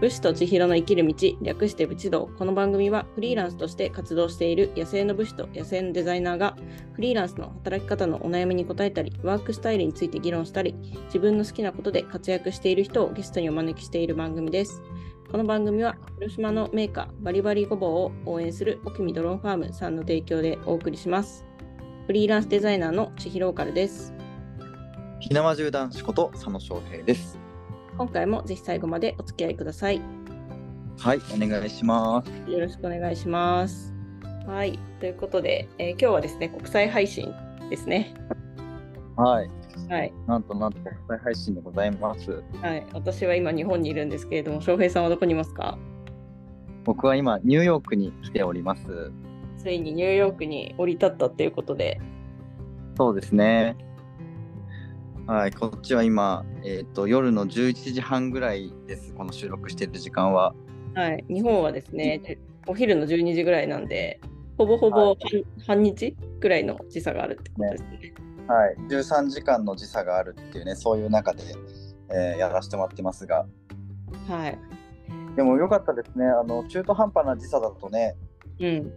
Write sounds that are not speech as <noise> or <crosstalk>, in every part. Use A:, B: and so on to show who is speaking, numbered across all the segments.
A: 武士と千尋の生きる道、略して武士道。この番組はフリーランスとして活動している野生の武士と野生のデザイナーがフリーランスの働き方のお悩みに答えたり、ワークスタイルについて議論したり、自分の好きなことで活躍している人をゲストにお招きしている番組です。この番組は広島のメーカーバリバリごぼうを応援する沖見ドローンファームさんの提供でお送りします。フリーランスデザイナーの千尋オカルです。
B: ひなまじゅう男子こと佐野翔平です。
A: 今回もぜひ最後までお付き合いください。
B: はい、お願いします。
A: よろしくお願いします。はい、ということで、えー今日はですね、国際配信ですね。
B: はい、
A: はい、
B: なんとなんと国際配信でございます。
A: はい、私は今日本にいるんですけれども、翔平さんはどこにいますか。
B: 僕は今ニューヨークに来ております。
A: ついにニューヨークに降り立ったということで、
B: そうですね。はい、こっちは今、えっ、と夜の11時半ぐらいです。この収録している時間は。
A: はい、日本はですね、じゅお昼の12時ぐらいなんで、ほぼほぼ
B: はい
A: 半,、日ぐらいの時差があるってことですね。
B: はい、13時間の時差があるっていうね、そういう中で、えーやらせてもらってますが、
A: はい、
B: でも良かったですね。あの中途半端な時差だとね、
A: うん、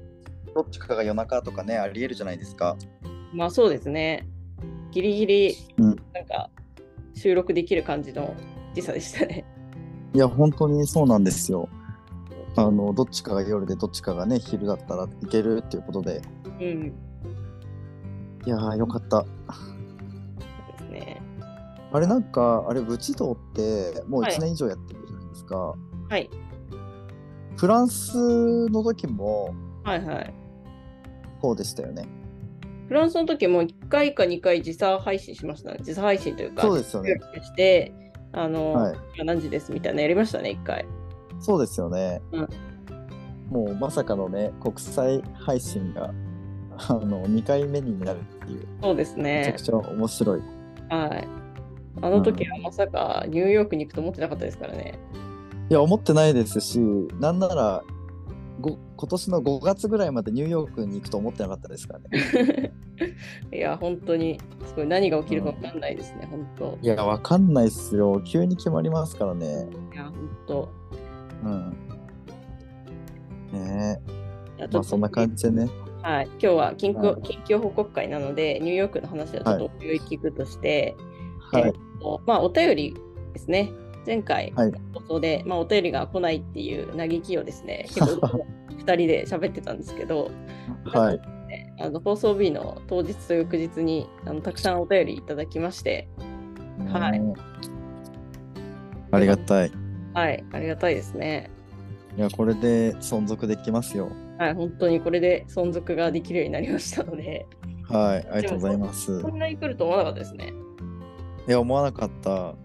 B: どっちかが夜中とかねありえるじゃないですか。
A: まあそうですね。ギリギリ
B: うん
A: なんか収録できる感じの時差でしたね。
B: いや本当にそうなんですよ。あのどっちかが夜でどっちかがね昼だったらいけるっていうことで
A: <laughs> うん、
B: いやーよかった
A: そうですね。
B: あれなんかあれ武士道ってもう
A: はい
B: 1年以上やってるじゃないですか、
A: はい、
B: フランスの時も
A: はい、はい。
B: こうでしたよね
A: フランスの時も1回か2回時差配信しましたね。時差配信というか、
B: そうですよね
A: 収録して、あの、
B: はい
A: 今何時ですみたいなのやりましたね、1回。
B: そうですよね、
A: うん
B: もうまさかのね国際配信があの2回目になるっていう
A: そうです
B: めちゃ
A: ね
B: く。ちゃ面白い、
A: はい。あの時はまさかニューヨークに行くと思ってなかったですからね。
B: いや思ってないですしなんならご今年の5月ぐらいまでニューヨークに行くと思ってなかったですからね
A: <laughs> いや、本当に、すごい何が起きるか分かんないですね、本当。
B: いや、わかんないっすよ。急に決まりますからね。
A: いや、本当。
B: うん。ねえ。
A: いやちょ
B: ま
A: っと
B: あ、そんな感じでね。
A: はい、今日は緊急
B: うん
A: 緊急報告会なので、ニューヨークの話はちょっと領域聞くとして、
B: は
A: えっ
B: い。
A: とまあ、お便りですね。前回
B: はい
A: 放送で、まあ、お便りが来ないっていう嘆きをです
B: <laughs>
A: ね、結構2人で喋ってたんですけど、
B: はい。
A: あの放送日の当日と翌日にあのたくさんお便りいただきまして、はい
B: ねえ。ありがたい。
A: はい、ありがたいですね。
B: いや、これで存続できますよ。
A: はい、本当にこれで存続ができるようになりましたので、
B: はい。ありがとうございます。
A: こんなに来ると思わなかったですね。
B: いや、思わなかった。
A: は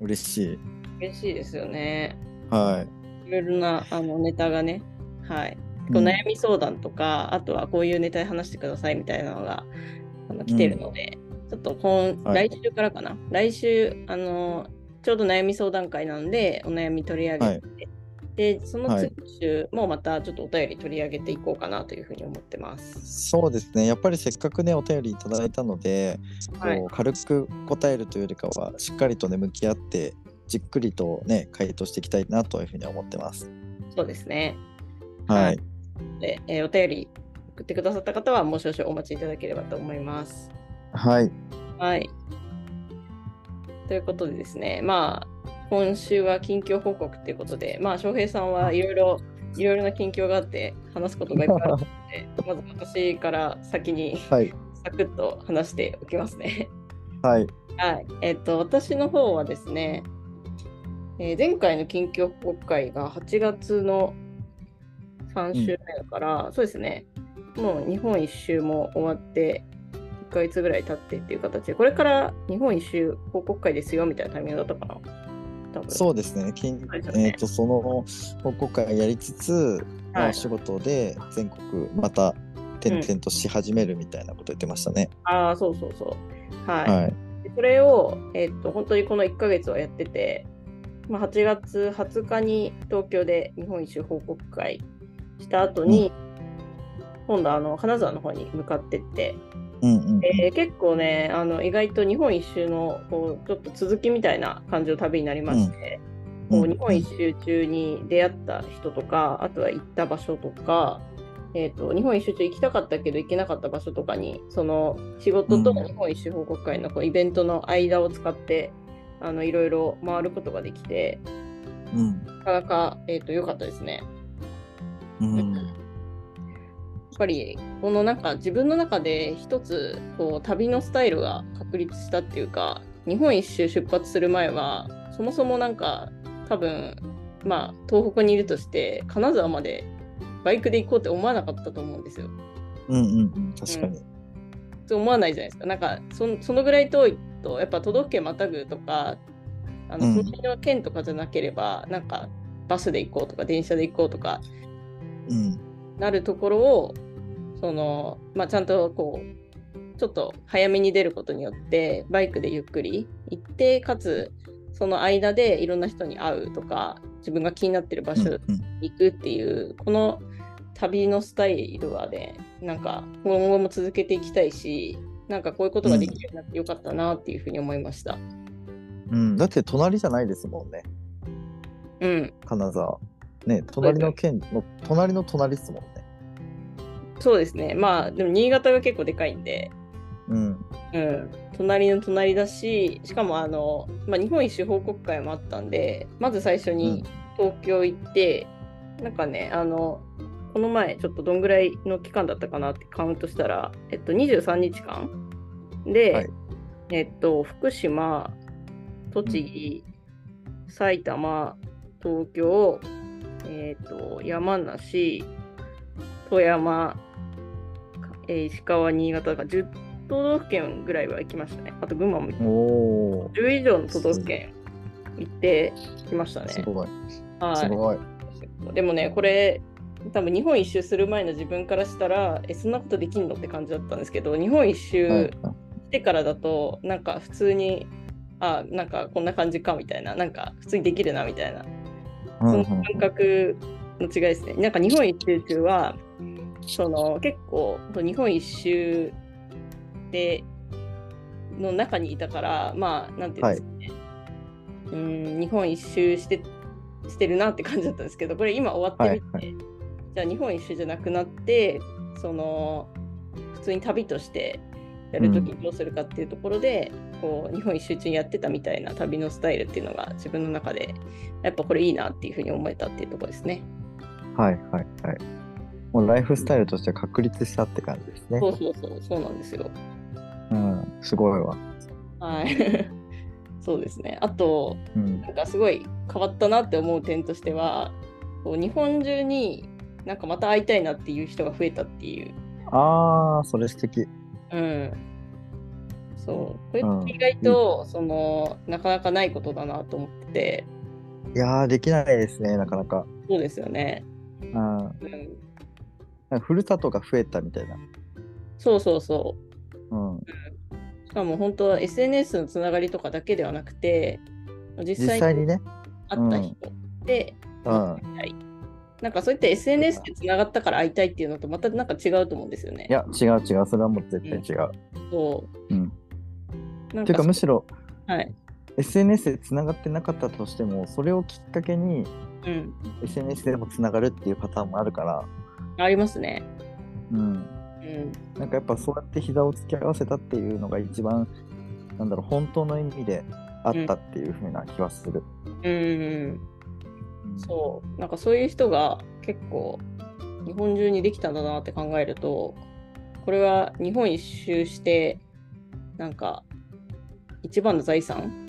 B: 嬉しい。
A: い、嬉しいですよね。
B: はい
A: ろいろなあのネタがね、はい、
B: い。
A: こう
B: うん
A: 悩み相談とか、あとはこういうネタで話してくださいみたいなのがあの来てるので、ちょっと今、
B: はい
A: 来週からかな、来週あの、ちょうど悩み相談会なんで、お悩み取り上げて、
B: はい
A: でその
B: は
A: 次
B: い
A: 週もまたちょっとお便り取り上げていこうかなというふうに思ってます。
B: そうですねやっぱりせっかくねお便りいただいたので、
A: はい
B: こ、う軽く答えるというよりかはしっかりとね向き合ってじっくりとね回答していきたいなというふうに思ってます。
A: そうですね。
B: はい
A: で、えーお便り送ってくださった方は、もう少々お待ちいただければと思います。
B: はい。
A: はい。ということでですね、まあ、今週は近況報告ということで、まあ、翔平さんはいろいろ、いろいろな近況があって、話すことがいっぱいあるので、まず私から先に
B: はい。
A: サクッと話しておきますね。
B: はい。
A: はい。えっ、と、私の方はですね、えー前回の近況報告会が8月の3週目だから、そうですね、もう日本一周も終わって、1ヶ月ぐらい経ってっていう形で、これから日本一周報告会ですよみたいなタイミングだったかな。多分
B: そうですね。近
A: はい
B: えっ、とその報告会やりつつ、まあ
A: はい
B: お仕事で全国また転々とし始めるみたいなこと言ってましたね。
A: ああ、そうそうそう。はい。
B: はい。
A: でそれを、えっと、本当にこの1ヶ月はやってて、まあ、8月20日に東京で日本一周報告会した後に、今度あの金沢の方に向かってって、
B: うんうんうん。
A: えー結構ねあの意外と日本一周のこうちょっと続きみたいな感じの旅になりまして、こ
B: う
A: うん日本一周中に出会った人とか、あとは行った場所とか、えー、と日本一周中行きたかったけど行けなかった場所とかにその仕事と
B: うん
A: 日本一周報告会のこうイベントの間を使ってあのいろいろ回ることができて
B: うん
A: なかなか良、えーと、良かったですね。
B: うん
A: やっぱりこのなんか自分の中で一つこう旅のスタイルが確立したっていうか日本一周出発する前はそもそもなんか多分まあ東北にいるとして金沢までバイクで行こうって思わなかったと思うんですよ。
B: うんうん確かに
A: そう思わないじゃないですか。なんかそんそのぐらい遠いとやっぱ都道府県またぐとかあの
B: うん
A: その辺の県とかじゃなければ、なんかバスで行こうとか電車で行こうとか
B: うん
A: なるところをその、まあ、ちゃんとこうちょっと早めに出ることによってバイクでゆっくり行ってかつその間でいろんな人に会うとか自分が気になってる場所に
B: うん
A: 行くっていう、この旅のスタイルはねなんか今後も続けていきたいしなんかこういうことができるようになってよかったなっていうふうに思いました。
B: うんだって隣じゃないですもんね
A: うん、
B: 金沢ね隣の県の隣の隣ですもんね
A: そうですねまあでも新潟が結構でかいんで
B: うん
A: うん、隣の隣だししかもあの、まあ、日本一周報告会もあったんでまず最初に東京行って、なんかねあのこの前ちょっとどんぐらいの期間だったかなってカウントしたら、えっと、23日間で、
B: はい
A: えっと、福島栃木、埼玉東京、えっと山梨富山、えー石川新潟が10都道府県ぐらいは行きましたねあと群馬も行っ
B: おお
A: 10以上の都道府県行ってきました
B: す
A: ね。
B: ごいす
A: は
B: ごい
A: い、でもねこれ多分日本一周する前の自分からしたらえそんなことできんのって感じだったんですけど日本一
B: は
A: 周
B: い
A: してからだと、なんか普通にあなんかこんな感じかみたいななんか普通にできるなみたいな
B: うん
A: そうの
B: ん
A: 感覚の違いですね。なんか日本一周中はその結構日本一周での中にいたからまあなんていうんですかね、うん日本一周してしてるなって感じだったんですけどこれ今終わってみて、
B: は
A: じゃあ日本一周じゃなくなってその普通に旅としてやるときどうするかっていうところで、こう日本一周中にやってたみたいな旅のスタイルっていうのが自分の中でやっぱこれいいなっていうふうに思えたっていうところですね。
B: はいはいはいもうライフスタイルとして確立したって感じですね
A: そうそうそう、そうなんですよ。
B: うんすごいわ
A: はい。 <laughs> そうですね。あと、
B: うん
A: なんかすごい変わったなって思う点としては、こう日本中になんかまた会いたいなっていう人が増えたっていう。
B: あーそれ素敵
A: うん。そう。これ
B: うん
A: って意外と、その、なかなかないことだなと思ってて、
B: いやーできないですねなかなか
A: そうですよね。
B: うんな
A: う
B: ん
A: ん。
B: かふるさとが増えたみたいな
A: そうそうそう。
B: うん
A: しかも本当は SNS のつながりとかだけではなくて実
B: 実
A: 際
B: 際
A: に
B: にね
A: 会った人で、
B: うん
A: はいなんかそういった SNS でつながったから会いたいっていうのとまたなんか違うと思うんですよね。
B: いや違う違うそれはもう絶対違う、
A: そう、
B: うん
A: なん
B: ていうかむ
A: か
B: しろ
A: はい、
B: SNS でつながってなかったとしてもそれをきっかけに
A: うん、
B: SNS でもつながるっていうパターンもあるから、
A: ありますね。
B: うん、
A: うん、
B: なんかやっぱそうやって膝を突き合わせたっていうのが一番なんだろう本当の意味であったっていう風な気はする、
A: うん、そうなんかそういう人が結構日本中にできたんだなって考えるとこれは日本一周してなんか一番の財産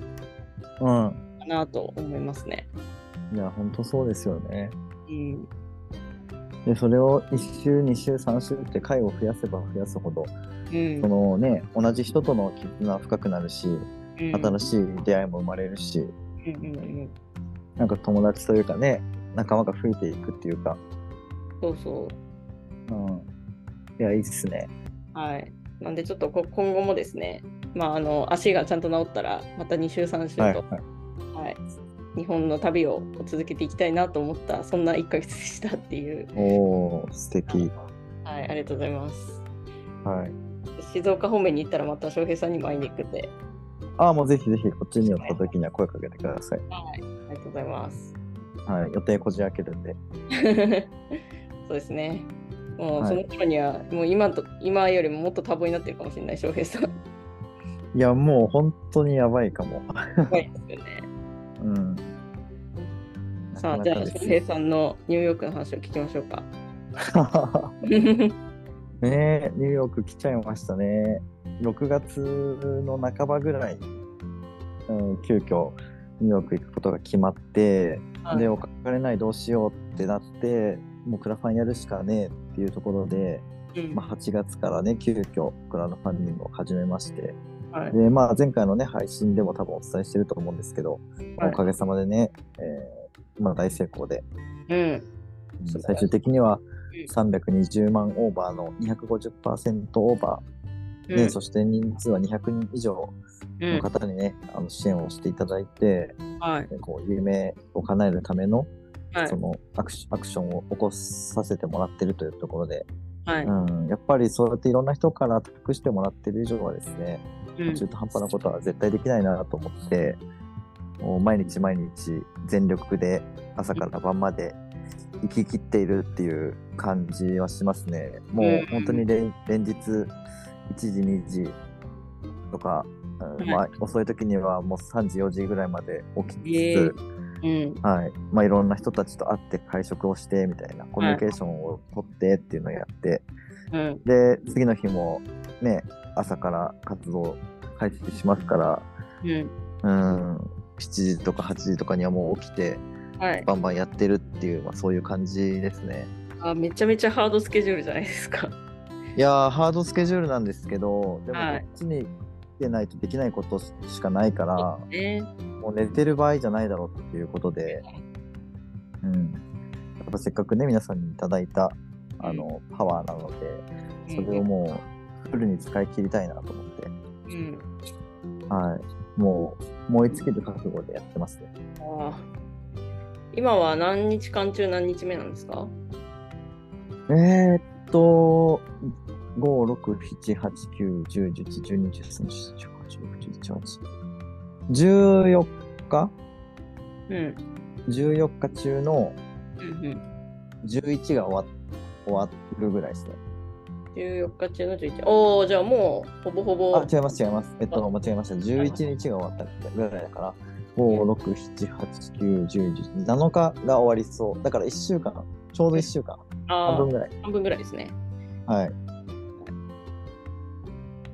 B: うん
A: かなと思いますね。
B: いや本当そうですよね
A: うん、
B: でそれを1週2週3週って回を増やせば増やすほど
A: うん
B: そのね同じ人との絆は深くなるし
A: うん
B: 新しい出会いも生まれるし、
A: うんうんうん、
B: なんか友達というかね、仲間が増えていくっていうか、
A: そうそう。
B: うん。いや、いいっすね。
A: はい。なんでちょっとこ今後もですね、まああの足がちゃんと治ったらまた2週3週と、
B: は、
A: はいい
B: はい。
A: 日本の旅を続けていきたいなと思ったそんな1ヶ月でしたっていう。
B: おー、素敵。
A: はい、ありがとうございます。
B: はい。
A: 静岡方面に行ったらまた翔平さんにも会いに行くんで。
B: ああ、もうぜひぜひ、こっちに寄った時には声かけてください。
A: はい。ありがとうございます。ございます。 <laughs>
B: はい、予定こじ開けるんで。
A: そうですね。もう
B: はい
A: その頃には、もう今と今よりももっと多忙になってるかもしれない翔平
B: <laughs>
A: さん。
B: いや、もう本当にやばいかも。
A: 怖いですよね。
B: うん。
A: さあじゃあ翔平さんのニューヨークの話を聞きましょうか。
B: あ。 <laughs> ねえニューヨーク来ちゃいましたね。6月の半ばぐらい、うん、急遽ニューヨーク行くことが決まって、
A: はい <laughs>
B: で、お金ないどうしようってなって、もうクラファンやるしかねえっていうところで、
A: うん
B: まあ、8月からね、急遽クラウドファンディングを始めまして、
A: はい
B: で、まあ、前回のね、配信でも多分お伝えしてると思うんですけど、
A: はい
B: おかげさまでね、えーまあ、大成功で、
A: うん。素晴らしい
B: 最終的には
A: うん
B: 320万オーバーの250%オーバー、
A: う
B: ね、
A: ん
B: そして人数は200人以上
A: う
B: の
A: ん
B: 方にね、あの支援をしていただいて、
A: はい
B: こう夢を叶えるための
A: は
B: そ
A: い
B: のアクシアクションを起こさせてもらってるというところで、
A: はい。
B: うん、やっぱりそうやっていろんな人から託してもらってる以上はですね、
A: うん
B: 中途半端なことは絶対できないなと思って、もう毎日毎日全力で朝から晩まで生き切っているっていう感じはしますね。も
A: うん
B: う本当に連連日1時2時とか、うんまあ、遅い時にはもう3時4時ぐらいまで起きつつ、
A: ええうん
B: はいまあ、いろんな人たちと会って会食をしてみたいなコミュニケーションを取ってっていうのをやって、
A: うん
B: で次の日もね朝から活動開始しますから
A: うん
B: うん7時とか8時とかにはもう起きて
A: はい。
B: バンバンやってるっていう、まあ、そういう感じですね
A: あめちゃめちゃハードスケジュールじゃないですか。
B: いやーハードスケジュールなんですけどでもこ
A: はい
B: っちに来てないとできないことしかないから、
A: ね。
B: もう寝てる場合じゃないだろうっていうことで、うん、やっぱせっかくね皆さんにいただいたあのパワーなのでそれをもうフルに使い切りたいなと思って。
A: うん。
B: はい。もう、燃え尽きる覚悟でやってますね。
A: あー今は何日間中何日目なんですか
B: えー、っと、5、6、7、8、9、10、11、12、13、14、15、16、17、18。14日
A: うん。
B: ?14 日中の
A: うんうん。
B: 11が終わ終わるぐらいですね。
A: 14日中の11。おお、じゃあもうほぼほぼ
B: あ、。違います、違います。えっと、間違えました。11日が終わったぐらいだから、5、6、7、8、9、10、11、7日が終わりそう。だから1週間、ちょうど1週間、
A: あ
B: 半分
A: ー
B: ぐらい。
A: 半分ぐらいですね。
B: はい。っ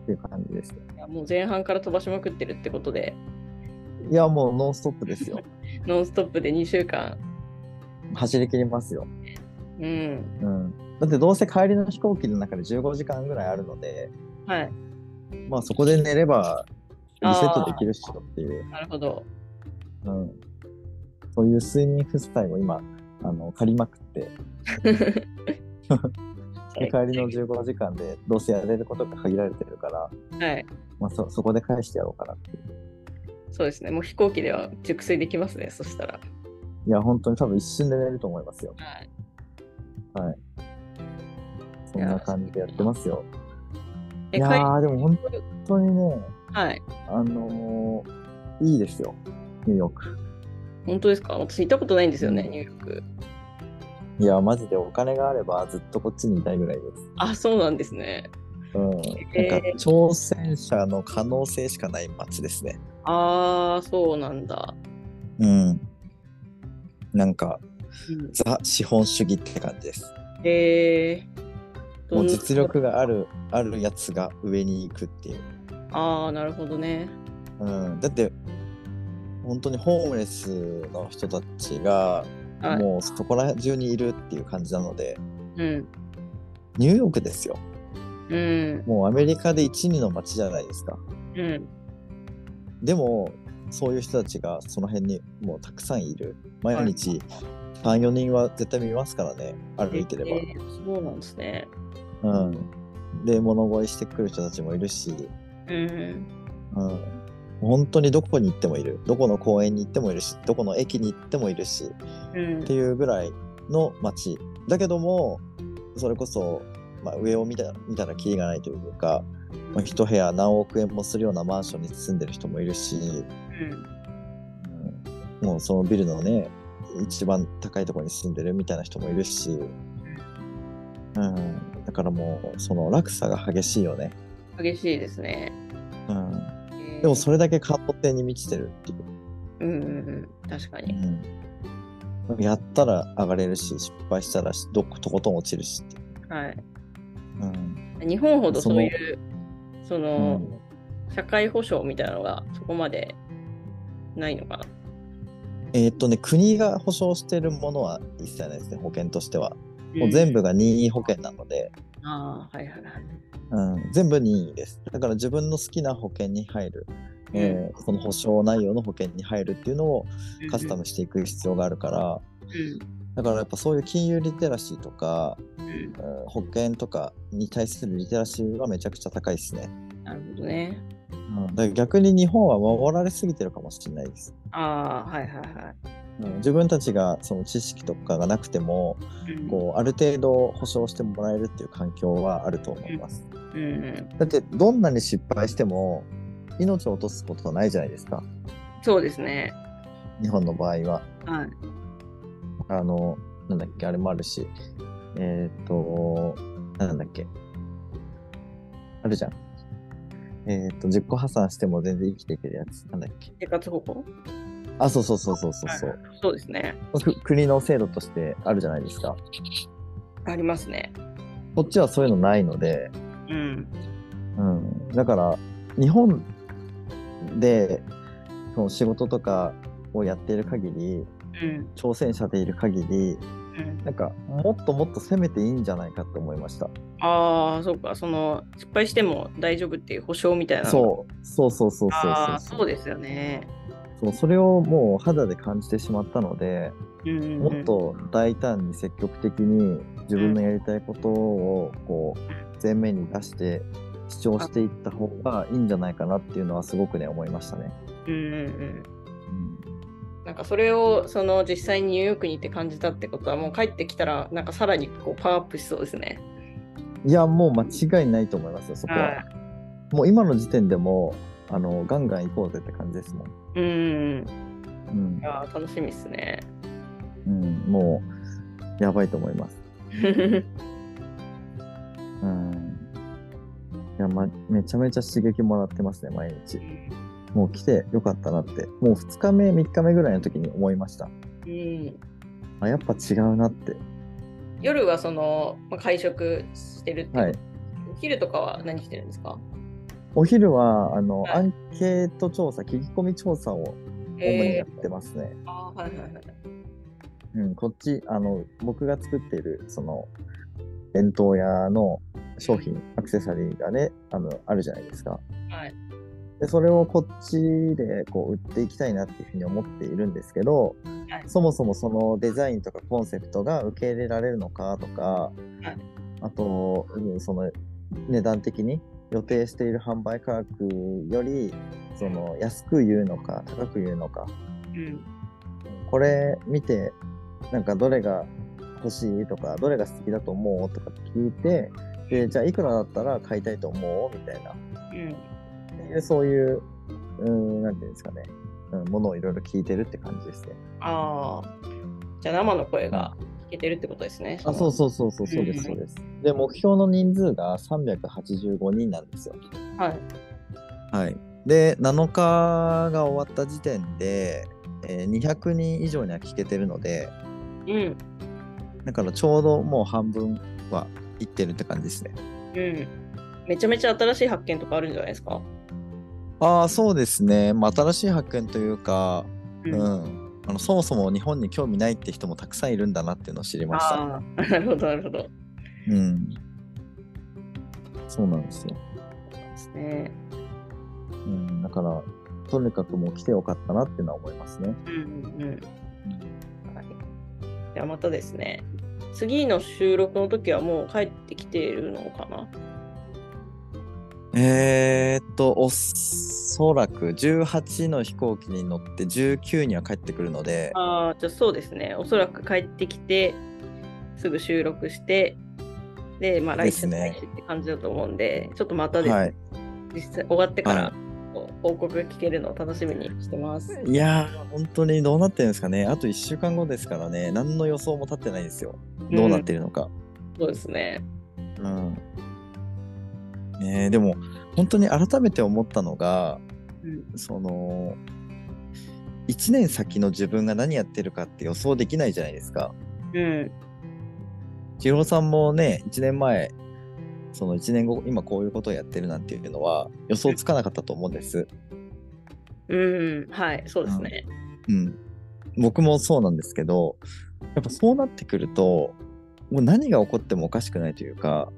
B: ていう感じです。
A: いやもう前半から飛ばしまくってるってことで、
B: いや、もうノンストップですよ。
A: ノンストップで2週間。
B: 走り切りますよ。
A: うん。
B: うん。だってどうせ帰りの飛行機の中で15時間ぐらいあるので、
A: はい。
B: まあそこで寝ればリセットできるっしょっていう、
A: なるほ
B: <laughs>
A: ど。
B: うん。そういう睡眠負債を今、あの、借りまくって、で帰りの15時間でどうせやれることが限られてるから、
A: はい。
B: まあそ、そこで返してやろうかなっていう。
A: そうですね。もう飛行機では熟睡できますね。そしたら。
B: いや、本当に多分一瞬で寝ると思いますよ。
A: はい。
B: そんな感じでやってますよ。
A: え
B: いや
A: 帰り
B: ー、でも本当にね、
A: はい。
B: あのーいいですよ、ニューヨーク。
A: 本当ですか私行ったことないんですよね、ニューヨーク。
B: いや、マジでお金があればずっとこっちにいたいぐらいです。
A: あ、そうなんですね。
B: うん。
A: えー
B: なんか、挑戦者の可能性しかない街ですね。
A: ああ、そうなんだ。
B: うん。なんか、
A: うん、
B: ザ・資本主義って感じです。
A: えー、
B: も
A: どん
B: う
A: な
B: 実力がある、あるやつが上に行くっていう。
A: ああ、なるほどね。
B: うん。だって、本当にホームレスの人たちが、
A: はい。
B: もうそこら中にいるっていう感じなので、
A: うん。
B: ニューヨークですよ。
A: うん。
B: もうアメリカで一二の街じゃないですか。
A: うん。
B: でも、そういう人たちがその辺にもうたくさんいる。毎日3、4人は絶対見ますからね、歩いて
A: え
B: れ
A: ーそうなんですね。
B: ば。うん。で、物乞いしてくる人たちもいるし、
A: うん。
B: うん。本当にどこに行ってもいる。どこの公園に行ってもいるし、どこの駅に行ってもいるし、っ
A: うん
B: て。いうぐらいの街。だけども、それこそ、まあ、上を見た見たらキリがないというか、まあ、一部屋何億円もするようなマンションに住んでる人もいるし、
A: うん。
B: うんもうそのビルのね、一番高いところに住んでるみたいな人もいるし、うん、だからもう、その落差が激しいよね。
A: 激しいですね。
B: うん、
A: えー
B: でもそれだけ感動点に満ちてるっていう。
A: うんうんうん、確か
B: う
A: に。
B: ん、やったら上がれるし、失敗したらどっとことん落ちるしっていう。
A: はい。
B: うん
A: 日本ほど
B: そ
A: そ
B: の
A: ういう、その、
B: うん
A: 社会保障みたいなのがそこまでないのかな。
B: えーっとね、国が保障してるものは一切ないですね、保険としては。もう全部が任意保険なので、
A: うん。ああ、はいはいはい。
B: うん、全部任意です。だから自分の好きな保険に入る、えーその保証内容の保険に入るっていうのをカスタムしていく必要があるから、
A: うん
B: だからやっぱそういう金融リテラシーとか、
A: うん
B: うん保険とかに対するリテラシーはめちゃくちゃ高いですね。
A: うん。なるほどね。
B: うん、だから逆に日本は守られすぎてるかもしれないです。
A: ああ、はいはいは
B: うん、自分たちがその知識とかがなくても、
A: い。うん
B: こうある程度保証してもらえるっていう環境はあると思います。
A: うんうん、
B: だってどんなに失敗しても命を落とすことはないじゃないですか
A: そうですね。
B: 日本の場合は。
A: はい。
B: あのなんだっけあれもあるしえっ、となんだっけあるじゃん。えっ、と自己破産しても全然生きていけるやつなんだっけ
A: 生活保護
B: あそうそうそうそうそうそ
A: は
B: う、
A: そうですね。
B: く国の制度としてあるじゃないですか
A: ありますね。
B: こっちはそういうのないので、
A: うん。
B: うん、だから日本でその仕事とかをやっている限り
A: うん。
B: 挑戦者でいる限り
A: うん、
B: なんかもっともっと攻めていいんじゃないかと思いました
A: ああ、そうか。その、失敗しても大丈夫っていう保証みたいなの
B: そうそうそうそうそう
A: ああ、
B: そう
A: そうですよね。
B: そうそれをもう肌で感じてしまったので
A: うんうんうん
B: もっと大胆に積極的に自分のやりたいことをこう前面に出して主張していった方がいいんじゃないかなっていうのはすごくね思いましたね。
A: うんうんうん。なんかそれをその実際にニューヨークに行って感じたってことはもう帰ってきたらなんかさらにこうパワーアップしそうですね。
B: いやもう間違いないと思いますよそこは。もう今の時点でもあのガンガン行こうぜって感じですもん。
A: うんうんうん。
B: うん
A: い、やー楽しみです
B: <laughs>
A: ね。
B: うん、もうやばいと思います。うん、いや、ま、めちゃめちゃ刺激もらってますね毎日。もう来てよかったなってもう2日目3日目ぐらいの時に思いました。
A: うん、
B: あやっぱ違うなって。
A: 夜はその、まあ、会食してるって、
B: はい。
A: お昼とかは何してるんですか
B: お昼はあの、
A: はい
B: アンケート調査聞き込み調査を主にや
A: え
B: ってますね。
A: ー、あーはいはいはい。
B: うん、こっちあの僕が作っているその弁当屋の商品アクセサリーがねあのあるじゃないですか
A: はい。
B: でそれをこっちでこう売っていきたいなっていうふうに思っているんですけど、
A: はい
B: そもそもそのデザインとかコンセプトが受け入れられるのかとか、あと、うんその値段的に予定している販売価格よりその安く言うのか高く言うのか
A: うん。
B: これ見てなんかどれが欲しいとかどれが好きだと思うとか聞いてでじゃあいくらだったら買いたいと思うみたいな
A: うん。
B: でそういううんなんていうんですかね、うん、ものをいろいろ聞いてるって感じですね
A: ああ。じゃあ生の声が聞けてるってことですね。
B: あそうそうそうそうそうですそうですで目標の人数が385人なんですよ
A: う。はい。
B: はいで7日が終わった時点で、えー200人以上には聞けてるので
A: うん。
B: だからちょうどもう半分は行ってるって感じですね
A: うん。めちゃめちゃ新しい発見とかあるんじゃないですか。
B: ああそうですね、まあ、新しい発見というか、
A: う
B: うんあのそもそも日本に興味ないって人もたくさんいるんだなっていうのを知りました。
A: ああ、 <laughs> なるほど、なるほど。
B: うん、そうなんですよ、
A: ですね。
B: うん。だからとにかくもう来てよかったなっていうのは思いますね。
A: うんうんうん。はい。じゃあまたですね。次の収録の時はもう帰ってきているのかな。
B: えー、っとおそらく18の飛行機に乗って19には帰ってくるので、
A: ああ、じゃあそうですね。おそらく帰ってきて、すぐ収録して、で、まあ来
B: で
A: 週
B: すね
A: 来週って感じだと思うんで、ちょっとまたですね、
B: はい
A: 実際終わってから
B: は
A: おこう報告が聞けるのを楽しみにしてます。
B: いやー、本当にどうなってるんですかね。あと1週間後ですからね、何の予想も立ってないですよ。どうなってるのか。
A: そうですね。
B: うん。ねえでも、本当に改めて思ったのが、
A: うん
B: その、1年先の自分が何やってるかって予想できないじゃないですか。
A: うん
B: 次郎さんもね、1年前、その1年後、今こういうことをやってるなんていうのは予想つかなかったと思うんです。
A: うん、はい、そうですね。
B: うん、僕もそうなんですけどやっぱそうなってくるともう何が起こってもおかしくないというか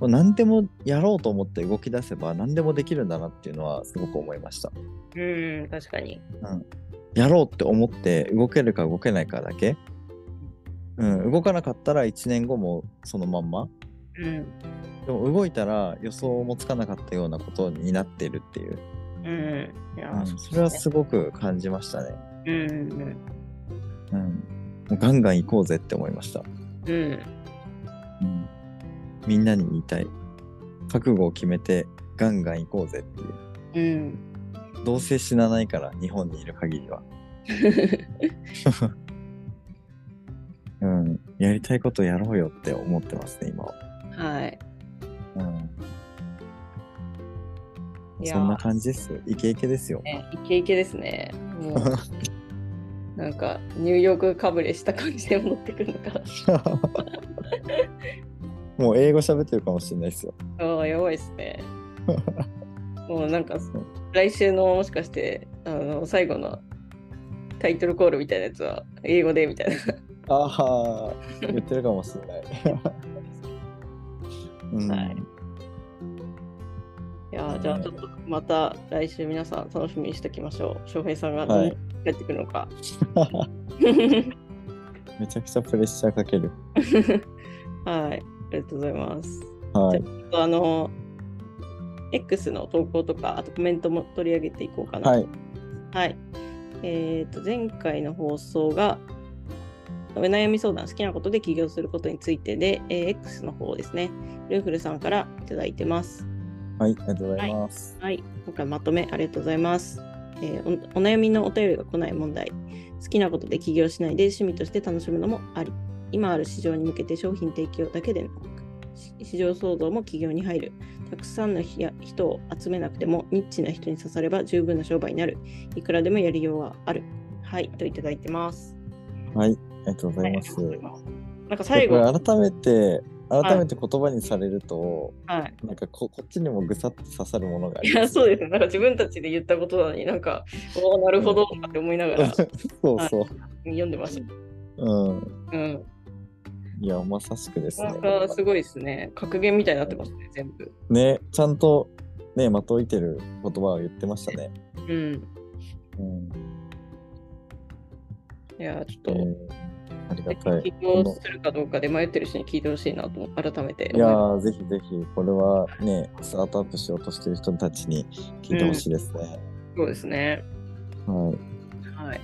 B: もう何でもやろうと思って動き出せば何でもできるんだなっていうのはすごく思いました
A: うん、確かに。
B: やろうって思って動けるか動けないかだけ、うん、動かなかったら1年後もそのまんま
A: うん、
B: でも動いたら予想もつかなかったようなことになってるっていう、
A: うん、いや
B: うん
A: ー、
B: それ
A: そ
B: は
A: うです
B: すごく感じましたね、
A: ねうん、
B: うん、もうガンガン行こうぜって思いました
A: うん、うん。
B: うんみんなに言いたい。覚悟を決めてガンガン行こうぜっていう。
A: うん、 <laughs>
B: どうせ死なないから、日本にいる限りは。うん。やりたいことやろうよって思ってますね、今は。
A: はい。
B: うん。
A: いや
B: そんな感じです。イケイケですよ。
A: ね、イケイケですね。もうなんかニューヨークかぶれした感じで戻ってくるのか
B: <laughs> もう英語喋ってるかもしれないですよ。
A: な。ああ、やばいです
B: <laughs>
A: ね。もうなんか来週のもしかしてあの最後のタイトルコールみたいなやつは英語でみたいな。
B: ああ、言ってるかもしれ <laughs> ない。うん
A: はいいやーじゃあちょっとまた来週皆さん楽しみにしておきましょう。翔平さんが
B: は
A: 何
B: い
A: 帰ってくるのか。
B: <laughs>
A: <laughs>
B: めちゃくちゃプレッシャーかける。
A: はい、ありがとうございます。
B: はい。
A: あとあの X の投稿とかあとコメントも取り上げていこうかな。
B: はい。
A: はい。えっ、と、前回の放送が、お悩み相談、好きなことで起業することについてで、えー X の方ですね、ルーフルさんからいただいてます。
B: はい、ありがとうございます。
A: はい。今回まとめありがとうございます。えーおお悩みのお便りが来ない問題、好きなことで起業しないで趣味として楽しむのもあり、今ある市場に向けて商品提供だけでなく、し市場創造も企業に入る、たくさんのひや人を集めなくても、ニッチな人に刺されば十分な商売になる、いくらでもやりようはある。はい、といただいてます。
B: はい、ありがとうございます。
A: はいなんか最後、
B: こ
A: は
B: れ改めて、改めて言葉にされると、
A: い、
B: なんかここっちにもぐさっと刺さるものがあ
A: い
B: り
A: や
B: ます。
A: そうですね、なんか自分たちで言ったことなのになんか、おーなるほどとかって思いなが
B: <laughs>
A: ら
B: そうそう。
A: 読んでました。
B: うん。
A: うん
B: いや、まさしくですね
A: なん。かすごいですね。格言みたいになってますね、全部。
B: ね、ちゃんと、ね、まといてる言葉を言ってましたね。
A: うん。
B: うん。
A: いやー、ちょっ
B: え
A: と、
B: ーありがたい
A: 起。業するかどうかで迷ってる人に聞いてほしいなと、改めて
B: いやー、ぜひぜひ、これはね、スタートアップしようとしてる人たちに聞いてほしいですね。
A: そうですね。
B: はい。
A: はい。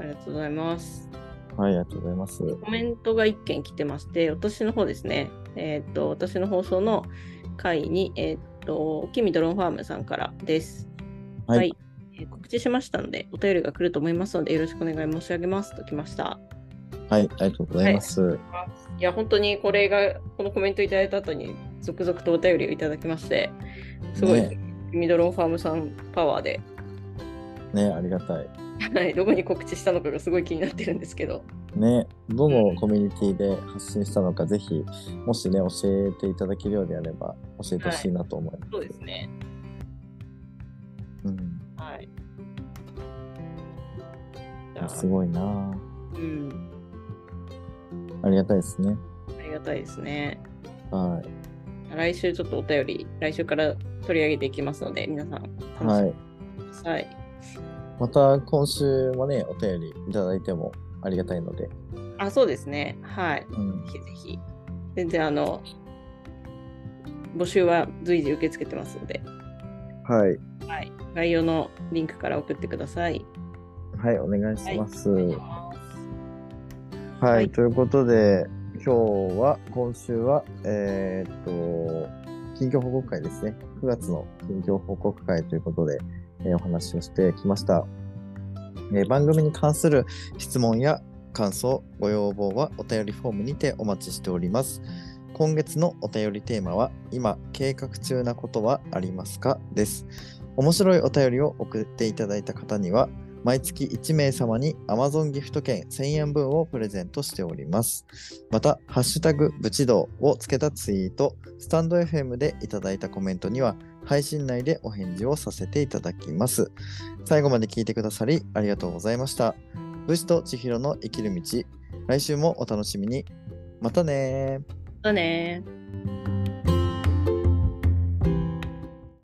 A: ありがとうございます。
B: はい、ありがとうございます。
A: コメントが1件来てまして、私の方ですね。えーっと、私の放送の回に、えーっと、キミドロンファームさんからです。
B: はい
A: えー告知しましたので、お便りが来ると思いますので、よろしくお願い申し上げますと来ました。
B: はい、ありがとうございます。
A: いや、本当にこれが、このコメントいただいた後に、続々とお便りをいただきまして、すごい、
B: ね
A: ミドロンファームさんパワーで、
B: ね、ありがたい。
A: はい、どこに告知したのかがすごい気になってるんですけど、
B: ね、どのコミュニティで発信したのか、ぜひ、もしね、教えていただけるようであれば、教えてほしいなと思います。
A: そうですね。
B: うん、
A: はい。じゃあ
B: すごいなぁ
A: うん、
B: ありがたいですね。
A: ありがたいですね。
B: はい。
A: 来週ちょっとお便り、来週から取り上げていきますので、皆さん、
B: は
A: 楽し
B: い。
A: みにください。
B: また、今週もね、お便りいただいてもありがたいので、
A: あ、そうですね。はい。
B: うん
A: ぜ、ひぜひ。全然、あの、募集は随時受け付けてますので、
B: はい。
A: はい、概要のリンクから送ってください。
B: はい、お願いします。
A: お願い
B: は
A: し
B: い、
A: ますい
B: ということで、今日は、今週は、えーっと、近況報告会ですね。 9月の近況報告会ということで、えーお話をしてきました、えー番組に関する質問や感想、ご要望はお便りフォームにてお待ちしております。今月のお便りテーマは、今計画中なことはありますかです。面白いお便りを送っていただいた方には、毎月1名様に Amazon ギフト券1000円分をプレゼントしております。また、ハッシュタグブチドウをつけたツイート、スタンド FM でいただいたコメントには、配信内でお返事をさせていただきます。最後まで聞いてくださりありがとうございました。武士と千尋の生きる道、来週もお楽しみに。またねー。
A: だねー。